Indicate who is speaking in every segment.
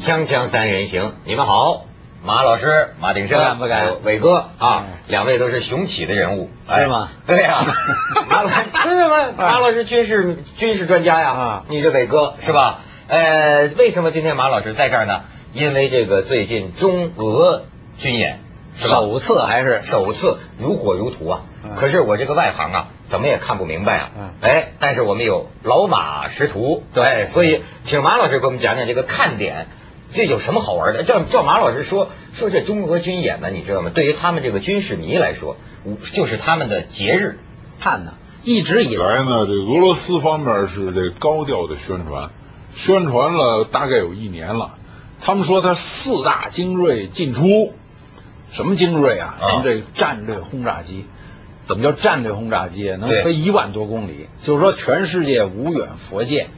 Speaker 1: 锵锵三人行，你们好，马老师、马鼎盛，
Speaker 2: 不敢不敢
Speaker 1: 呃伟哥啊
Speaker 2: 嗯，
Speaker 1: 两位都是雄起的人物，
Speaker 2: 是吗
Speaker 1: 哎 对呀，马老师真的 吗？马老师军事军事专家呀
Speaker 2: 啊，
Speaker 1: 你这伟哥是吧？呃，为什么今天马老师在这儿呢？因为这个最近中俄军演是吧
Speaker 2: 首次还是
Speaker 1: 首次如火如荼啊
Speaker 2: 嗯！
Speaker 1: 可是我这个外行啊，怎么也看不明白啊
Speaker 2: 嗯！
Speaker 1: 哎，但是我们有老马识途，
Speaker 2: 对
Speaker 1: 哎所以请马老师给我们讲讲这个看点，这有什么好玩的？照照马老师说说这中俄军演呢，你知道吗？对于他们这个军事迷来说，五就是他们的节日。
Speaker 2: 看呢？一直以
Speaker 3: 以
Speaker 2: 来
Speaker 3: 来呢，这俄罗斯方面是这高调的宣传，宣传了大概有一年了。他们说他四大精锐进出，什么精锐啊？
Speaker 1: 啊
Speaker 3: 什么这
Speaker 2: 战略轰炸机，怎么叫战略轰炸机啊？能
Speaker 1: 对
Speaker 2: 飞一万多公里，就是说全世界无远佛界。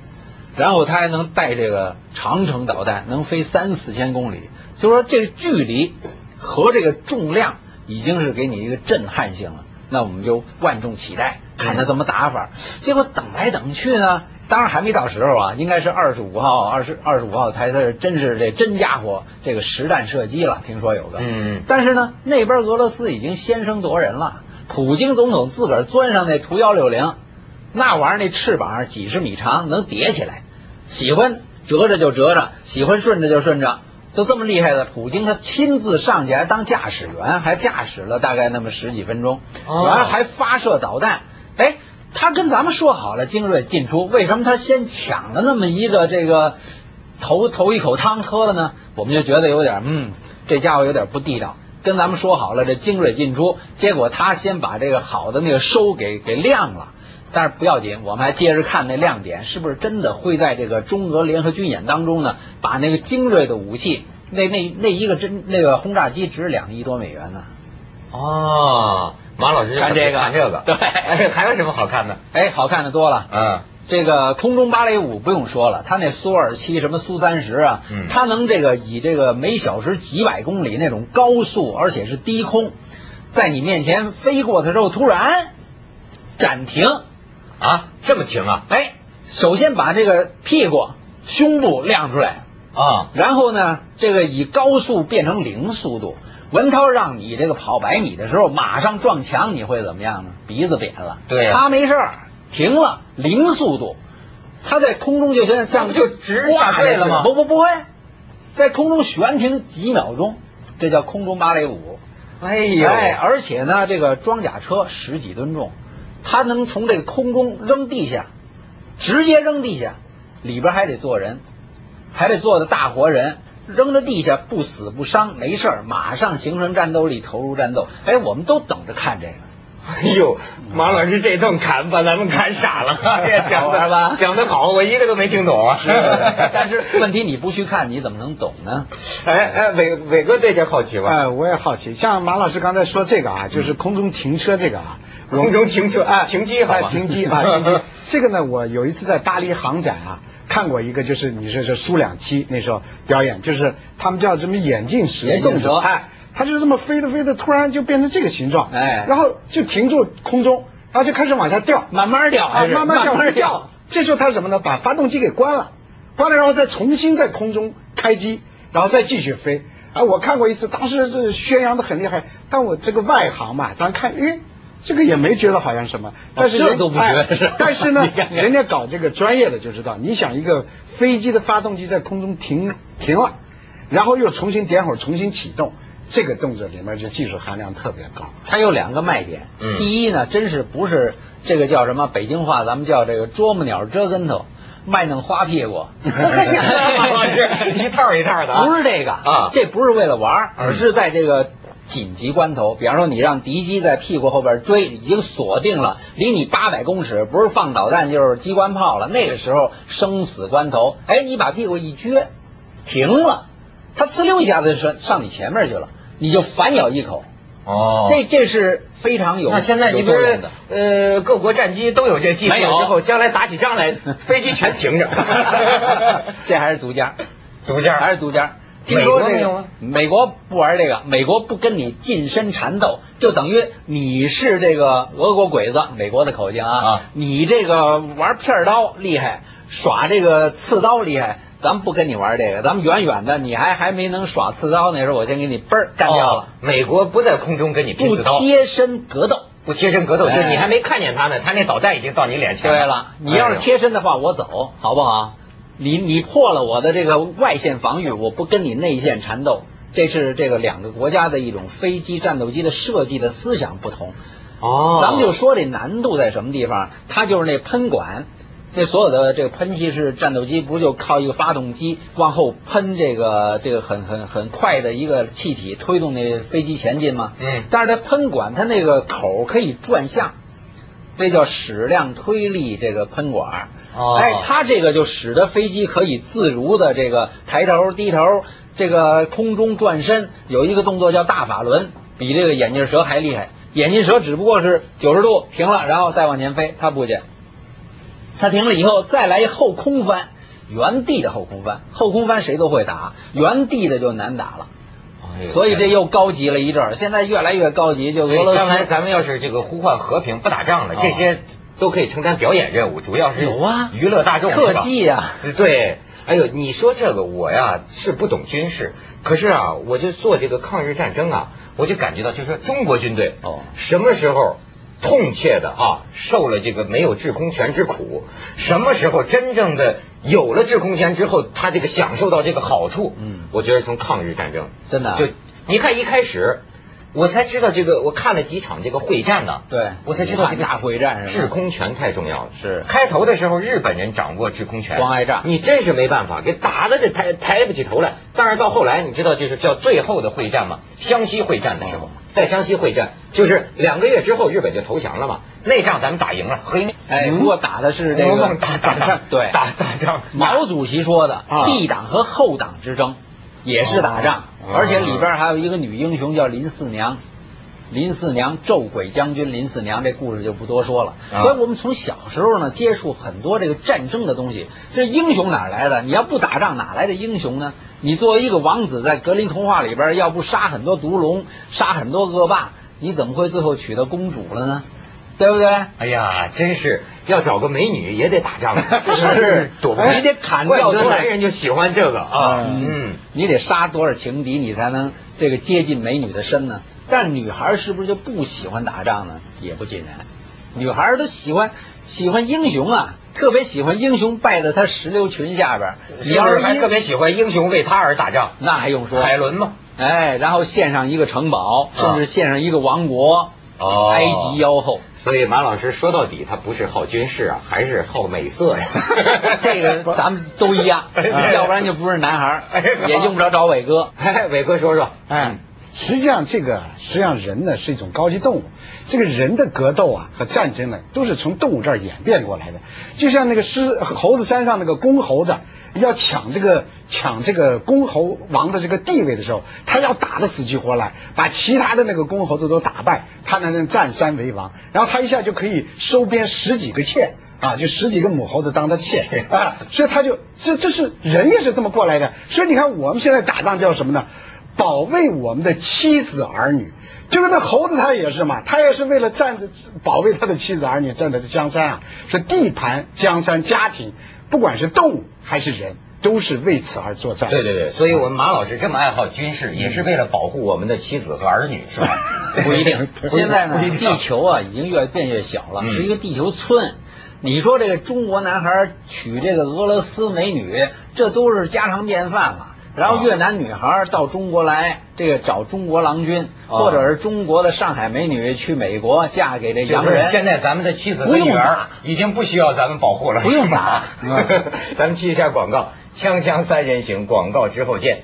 Speaker 2: 然后它还能带这个长城导弹，能飞三四千公里，就是说这个距离和这个重量已经是给你一个震撼性了。那我们就万众期待，看他怎么打法。结果等来等去呢，当然还没到时候啊，应该是二十五号、二十二十五号才才是真是这真家伙这个实弹射击了，听说有个。
Speaker 1: 嗯
Speaker 2: 但是呢，那边俄罗斯已经先声夺人了，普京总统自个儿钻上那图幺六零，那玩意儿那翅膀几十米长，能叠起来，喜欢折着就折着，喜欢顺着就顺着，就这么厉害的普京，他亲自上去还当驾驶员，还驾驶了大概那么十几分钟，
Speaker 1: 哦
Speaker 2: 完了还发射导弹，哎。他跟咱们说好了精锐进出，为什么他先抢了那么一个这个头头一口汤喝了呢，我们就觉得有点，嗯，这家伙有点不地道。跟咱们说好了，这精锐进出，结果他先把这个好的那个收给给亮了。但是不要紧，我们还接着看那亮点是不是真的会在这个中俄联合军演当中呢，把那个精锐的武器，那那那一个真那个轰炸机值两亿多美元呢。
Speaker 1: 哦，马老师
Speaker 2: 看这个
Speaker 1: 看这个，
Speaker 2: 对
Speaker 1: 哎，还有什么好看的？
Speaker 2: 哎，好看的多了。
Speaker 1: 嗯，
Speaker 2: 这个空中芭蕾舞不用说了，他那苏二七什么苏三十啊
Speaker 1: 嗯，
Speaker 2: 他能这个以这个每小时几百公里那种高速，而且是低空，在你面前飞过的时候突然暂停，
Speaker 1: 啊，这么停啊？
Speaker 2: 哎，首先把这个屁股、胸部亮出来，
Speaker 1: 啊，
Speaker 2: 然后呢，这个以高速变成零速度。文涛让你这个跑百米的时候马上撞墙，你会怎么样呢？鼻子扁了。
Speaker 1: 对呀
Speaker 2: 他没事儿，停了，零速度，他在空中就像
Speaker 1: 那不
Speaker 2: 像
Speaker 1: 就直下
Speaker 2: 挂
Speaker 1: 坠了吗
Speaker 2: 似的不不不会，在空中悬停几秒钟，这叫空中芭蕾舞。
Speaker 1: 哎呦，
Speaker 2: 哎，而且呢，这个装甲车十几吨重，它能从这个空中扔地下，直接扔地下，里边还得坐人，还得坐的大活人，扔到地下不死不伤，没事儿，马上形成战斗力，投入战斗。哎，我们都等着看这个。
Speaker 1: 哎呦，马老师这顿砍把咱们砍傻 了，哎呀讲
Speaker 2: 好玩
Speaker 1: 的
Speaker 2: 吧
Speaker 1: 讲的好，我一个都没听懂啊。
Speaker 2: 但是问题你不去看，你怎么能懂呢？
Speaker 1: 哎哎，伟伟哥对这好奇吧？嗯
Speaker 4: 哎，我也好奇，像马老师刚才说这个啊，就是空中停车这个啊，我们
Speaker 1: 空中停车
Speaker 4: 哎，
Speaker 1: 停机好吧
Speaker 4: 哎停机 啊，停机。这个呢，我有一次在巴黎航展啊，看过一个，就是你说是苏两栖那时候表演，就是他们叫什么眼镜蛇
Speaker 2: 眼镜
Speaker 4: 动
Speaker 2: 蛇
Speaker 4: 作，哎，它就这么飞着飞着，突然就变成这个形状，
Speaker 2: 哎
Speaker 4: 然后就停住空中，然后就开始往下掉，
Speaker 2: 慢慢掉还
Speaker 4: 哎，
Speaker 2: 是
Speaker 4: 慢慢掉，
Speaker 2: 慢慢掉
Speaker 4: 掉。这时候他什么呢？把发动机给关了，关了，然后再重新在空中开机，然后再继续飞。啊，我看过一次，当时是宣扬的很厉害，但我这个外行嘛，咱看，哎，这个也没觉得好像什么，但是
Speaker 2: 哦
Speaker 4: 人、哎
Speaker 2: 这都不觉得是吧
Speaker 4: 但是呢
Speaker 2: 你看，看
Speaker 4: 人家搞这个专业的就知道，你想一个飞机的发动机在空中停停了，然后又重新点火，重新启动，这个动作里面就技术含量特别高。
Speaker 2: 它有两个卖点。
Speaker 1: 嗯
Speaker 2: 第一呢，真是不是这个叫什么北京话，咱们叫这个啄木鸟折跟头，卖弄花屁 股。
Speaker 1: 老师一套一套的啊
Speaker 2: 不是这个
Speaker 1: 啊
Speaker 2: 这不是为了玩儿，
Speaker 1: 嗯
Speaker 2: 而是在这个。紧急关头，比方说你让敌机在屁股后边追，已经锁定了，离你八百公尺，不是放导弹就是机关炮了。那个时候生死关头，哎，你把屁股一撅，停了，它呲溜一下子上上你前面去了，你就反咬一口，
Speaker 1: 哦
Speaker 2: 这这是非常有
Speaker 1: 那现在你
Speaker 2: 有
Speaker 1: 不
Speaker 2: 作
Speaker 1: 是
Speaker 2: 用的。
Speaker 1: 呃，各国战机都有这技术，
Speaker 2: 没有。
Speaker 1: 之后将来打起仗 来，飞机全停 着
Speaker 2: 这还是独家，
Speaker 1: 独家
Speaker 2: 还是独家。听
Speaker 1: 美
Speaker 2: 说
Speaker 1: 国
Speaker 2: 这
Speaker 1: 没有
Speaker 2: 个
Speaker 1: 吗
Speaker 2: 美国不玩这个，美国不跟你近身缠斗，就等于你是这个俄国鬼子，美国的口径啊，
Speaker 1: 啊
Speaker 2: 你这个玩片儿刀厉害，耍这个刺刀厉害，咱们不跟你玩这个，咱们远远的，你还还没能耍刺刀那时候，我先给你嘣儿干掉
Speaker 1: 哦
Speaker 2: 了，
Speaker 1: 美国不在空中跟你拼
Speaker 2: 不
Speaker 1: 刺刀，
Speaker 2: 贴身格斗。
Speaker 1: 不贴身格斗，就
Speaker 2: 哎
Speaker 1: 是你还没看见他呢，他那导弹已经到你脸前
Speaker 2: 对了，你
Speaker 1: 哎
Speaker 2: 要是贴身的话，我走，好不好？你你破了我的这个外线防御，我不跟你内线缠斗，这是这个两个国家的一种飞机战斗机的设计的思想不同。
Speaker 1: 哦，
Speaker 2: 咱们就说这难度在什么地方？它就是那喷管，那所有的这个喷气式战斗机不就靠一个发动机往后喷这个这个很很很快的一个气体推动那飞机前进吗？
Speaker 1: 嗯
Speaker 2: 但是它喷管它那个口可以转向，这叫矢量推力这个喷管。
Speaker 1: 哦
Speaker 2: 哎，它这个就使得飞机可以自如的这个抬头、低头，这个空中转身，有一个动作叫大法轮，比这个眼镜蛇还厉害。眼镜蛇只不过是九十度停了，然后再往前飞，它不去，它停了以后再来一后空翻，原地的后空翻，后空翻谁都会打，原地的就难打了。
Speaker 1: 哎呦
Speaker 2: 所以这
Speaker 1: 天
Speaker 2: 又高级了一阵儿，现在越来越高级，就
Speaker 1: 所
Speaker 2: 俄
Speaker 1: 以
Speaker 2: 罗斯
Speaker 1: 将来咱们要是这个呼唤和平不打仗了，
Speaker 2: 哦
Speaker 1: 这些都可以承担表演任务，主要是
Speaker 2: 有啊
Speaker 1: 娱乐大众
Speaker 2: 特
Speaker 1: 是吧
Speaker 2: 技啊
Speaker 1: 对。哎呦，你说这个我呀是不懂军事，可是啊，我就做这个抗日战争啊，我就感觉到，就是说中国军队
Speaker 2: 哦
Speaker 1: 什么时候痛切的啊受了这个没有制空权之苦，什么时候真正的有了制空权之后，他这个享受到这个好处，
Speaker 2: 嗯
Speaker 1: 我觉得从抗日战争
Speaker 2: 真的啊
Speaker 1: 就你看一开始，我才知道这个，我看了几场这个会战呢，
Speaker 2: 对
Speaker 1: 我才知道这
Speaker 2: 武汉
Speaker 1: 个
Speaker 2: 大会战是吧
Speaker 1: 制空权太重要了。
Speaker 2: 是
Speaker 1: 开头的时候日本人掌握制空权，
Speaker 2: 光挨炸
Speaker 1: 你真是没办法，给打的这抬抬不起头来。但是到后来，你知道就是叫最后的会战嘛，湘西会战的时候
Speaker 2: 哦，
Speaker 1: 在湘西会战就是两个月之后日本就投降了嘛，那仗咱们打赢了，和一
Speaker 2: 哎，
Speaker 1: 嗯
Speaker 2: 不过打的是这
Speaker 1: 我
Speaker 2: 个
Speaker 1: 们打打仗
Speaker 2: 对，
Speaker 1: 打打仗
Speaker 2: 毛主席说的
Speaker 1: 啊
Speaker 2: “帝党和后党之争”也是打仗，
Speaker 1: 哦
Speaker 2: 而且里边还有一个女英雄叫林四娘。林四娘，咒鬼将军林四娘，这故事就不多说了。
Speaker 1: 啊
Speaker 2: 所以我们从小时候呢，接触很多这个战争的东西。这英雄哪儿来的？你要不打仗，哪来的英雄呢？你作为一个王子，在格林童话里边，要不杀很多毒龙，杀很多恶霸，你怎么会最后娶到公主了呢？对不对？
Speaker 1: 哎呀，真是要找个美女也得打仗，
Speaker 2: 是
Speaker 1: 躲不开，
Speaker 2: 你得砍掉
Speaker 1: 怪不得
Speaker 2: 多少
Speaker 1: 男人就喜欢这个啊，嗯，，
Speaker 2: 哎你得杀多少情敌，你才能这个接近美女的身呢？但女孩是不是就不喜欢打仗呢？也不尽然，女孩都喜欢喜欢英雄啊，特别喜欢英雄败在她石榴裙下边儿。你
Speaker 1: 你要
Speaker 2: 要
Speaker 1: 是
Speaker 2: 是
Speaker 1: 还
Speaker 2: 英
Speaker 1: 特别喜欢英雄为他而打仗，
Speaker 2: 那还用说？
Speaker 1: 海伦嘛，
Speaker 2: 哎，然后献上一个城堡，
Speaker 1: 啊
Speaker 2: 甚至献上一个王国，
Speaker 1: 哦
Speaker 2: 埃及妖 后。
Speaker 1: 所以马老师说到底，他不是好军事啊，还是好美色呀、
Speaker 2: 这个咱们都一样，要不然就不是男孩
Speaker 1: 哎
Speaker 2: 儿，也用不着找伟哥。嗯
Speaker 1: 哎，伟哥说说，
Speaker 4: 哎，实际上这个实际上人呢是一种高级动物，这个人的格斗啊和战争呢都是从动物这儿演变过来的。就像那个狮猴子山上那个公猴子要抢这个抢这个公猴王的这个地位的时候，他要打得死去活来，把其他的那个公猴子都打败，他才能占山为王。然后他一下就可以收编十几个妾。啊，就十几个母猴子当 他妾啊，所以他就这这是人也是这么过来的，所以你看我们现在打仗叫什么呢？保卫我们的妻子儿女。就是那猴子他也是嘛，他也是为了站着保卫他的妻子儿女，站在这江山啊，这地盘、江山、家庭，不管是动物还是人，都是为此而作战。
Speaker 1: 对对对，所以我们马老师这么爱好军事，也是为了保护我们的妻子和儿女，是吧？。
Speaker 2: 不一定
Speaker 1: 不一定
Speaker 2: 现在呢
Speaker 1: 不一，定
Speaker 2: 地球啊已经越变越小了，
Speaker 1: 嗯
Speaker 2: 是一个地球村。你说这个中国男孩娶这个俄罗斯美女，这都是家常便饭了。然
Speaker 1: 啊
Speaker 2: 后越南女孩到中国来，这个找中国郎君，
Speaker 1: 啊
Speaker 2: 或者是中国的上海美女去美国嫁给这洋
Speaker 1: 就是
Speaker 2: 人。
Speaker 1: 现在咱们的妻子
Speaker 2: 不
Speaker 1: 和
Speaker 2: 用
Speaker 1: 女儿
Speaker 2: 打
Speaker 1: 已经不需要咱们保护了，
Speaker 2: 不用
Speaker 1: 是吗
Speaker 2: 打
Speaker 1: 咱们去一下广告，锵锵三人行，广告之后见。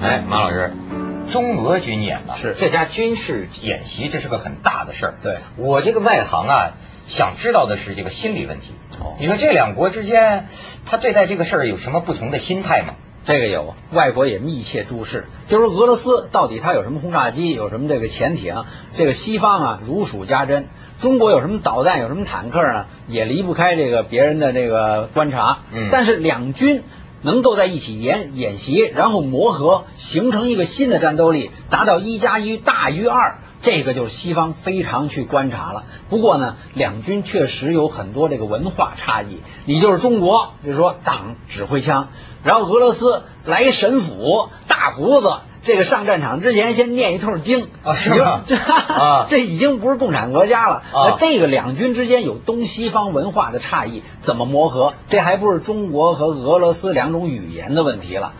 Speaker 1: 哎，马老师，中俄军演呢、
Speaker 2: 是
Speaker 1: 这家军事演习，这是个很大的事儿。
Speaker 2: 对
Speaker 1: 我这个外行啊，想知道的是这个心理问题。
Speaker 2: 哦
Speaker 1: 你说这两国之间，他对待这个事儿有什么不同的心态吗？
Speaker 2: 这个有，外国也密切注视，就是俄罗斯到底它有什么轰炸机，有什么这个潜艇，这个西方啊如数家珍，中国有什么导弹，有什么坦克呢，也离不开这个别人的这个观察。
Speaker 1: 嗯
Speaker 2: 但是两军能够在一起演演习，然后磨合，形成一个新的战斗力，达到一加一大于二。这个就是西方非常去观察了。不过呢，两军确实有很多这个文化差异。你就是中国，就是说党指挥枪，然后俄罗斯来神斧大胡子，这个上战场之前先念一通经
Speaker 1: 啊是吗
Speaker 2: 你说这
Speaker 1: 啊
Speaker 2: 这已经不是共产国家了。
Speaker 1: 啊
Speaker 2: 那这个两军之间有东西方文化的差异，怎么磨合？这还不是中国和俄罗斯两种语言的问题了，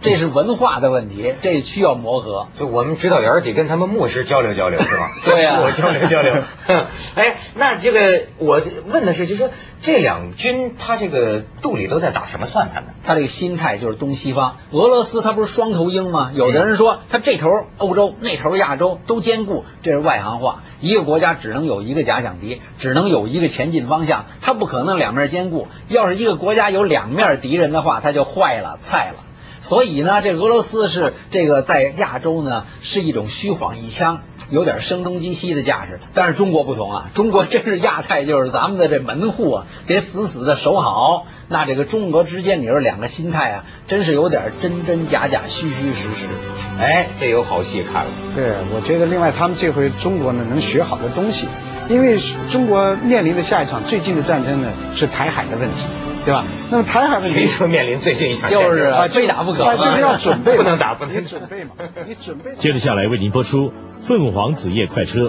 Speaker 2: 这是文化的问题，这需要磨合。？
Speaker 1: 就我们指导员儿得跟他们牧师交流交流， 是吗
Speaker 2: 对啊
Speaker 1: 我交流交流。 哎，那这个我问的是，就说这两军他这个肚里都在打什么算盘呢？
Speaker 2: 他这个心态就是东西方。俄罗斯他不是双头鹰吗？有的人说他这头欧洲，那头亚洲都兼顾，这是外行话。一个国家只能有一个假想敌，只能有一个前进方向，它不可能两面兼顾。要是一个国家有两面敌人的话，它就坏了、菜了。所以呢，这俄罗斯是这个在亚洲呢是一种虚晃一枪，有点声东击西的架势。但是中国不同啊， 中国真是亚太就是咱们的这门户啊，得死死的守好。那这个中俄之间，你说两个心态啊，真是有点真真假假、虚虚实实。
Speaker 1: 哎，这有好戏看了。
Speaker 4: 对，啊我觉得另外他们这回中国呢能学好的东西，因为中国面临的下一场最近的战争呢是台海的问题，对吧？那么台海问
Speaker 1: 谁
Speaker 4: 题
Speaker 1: 说面临最近一场战争
Speaker 2: 就是啊
Speaker 4: 啊，
Speaker 2: 非打不可
Speaker 4: 啊这就要准备
Speaker 1: 不
Speaker 4: 嘛，
Speaker 1: 能打不能打
Speaker 4: 你准备嘛，你准备。
Speaker 5: 接着下来为您播出《凤凰子夜快车》。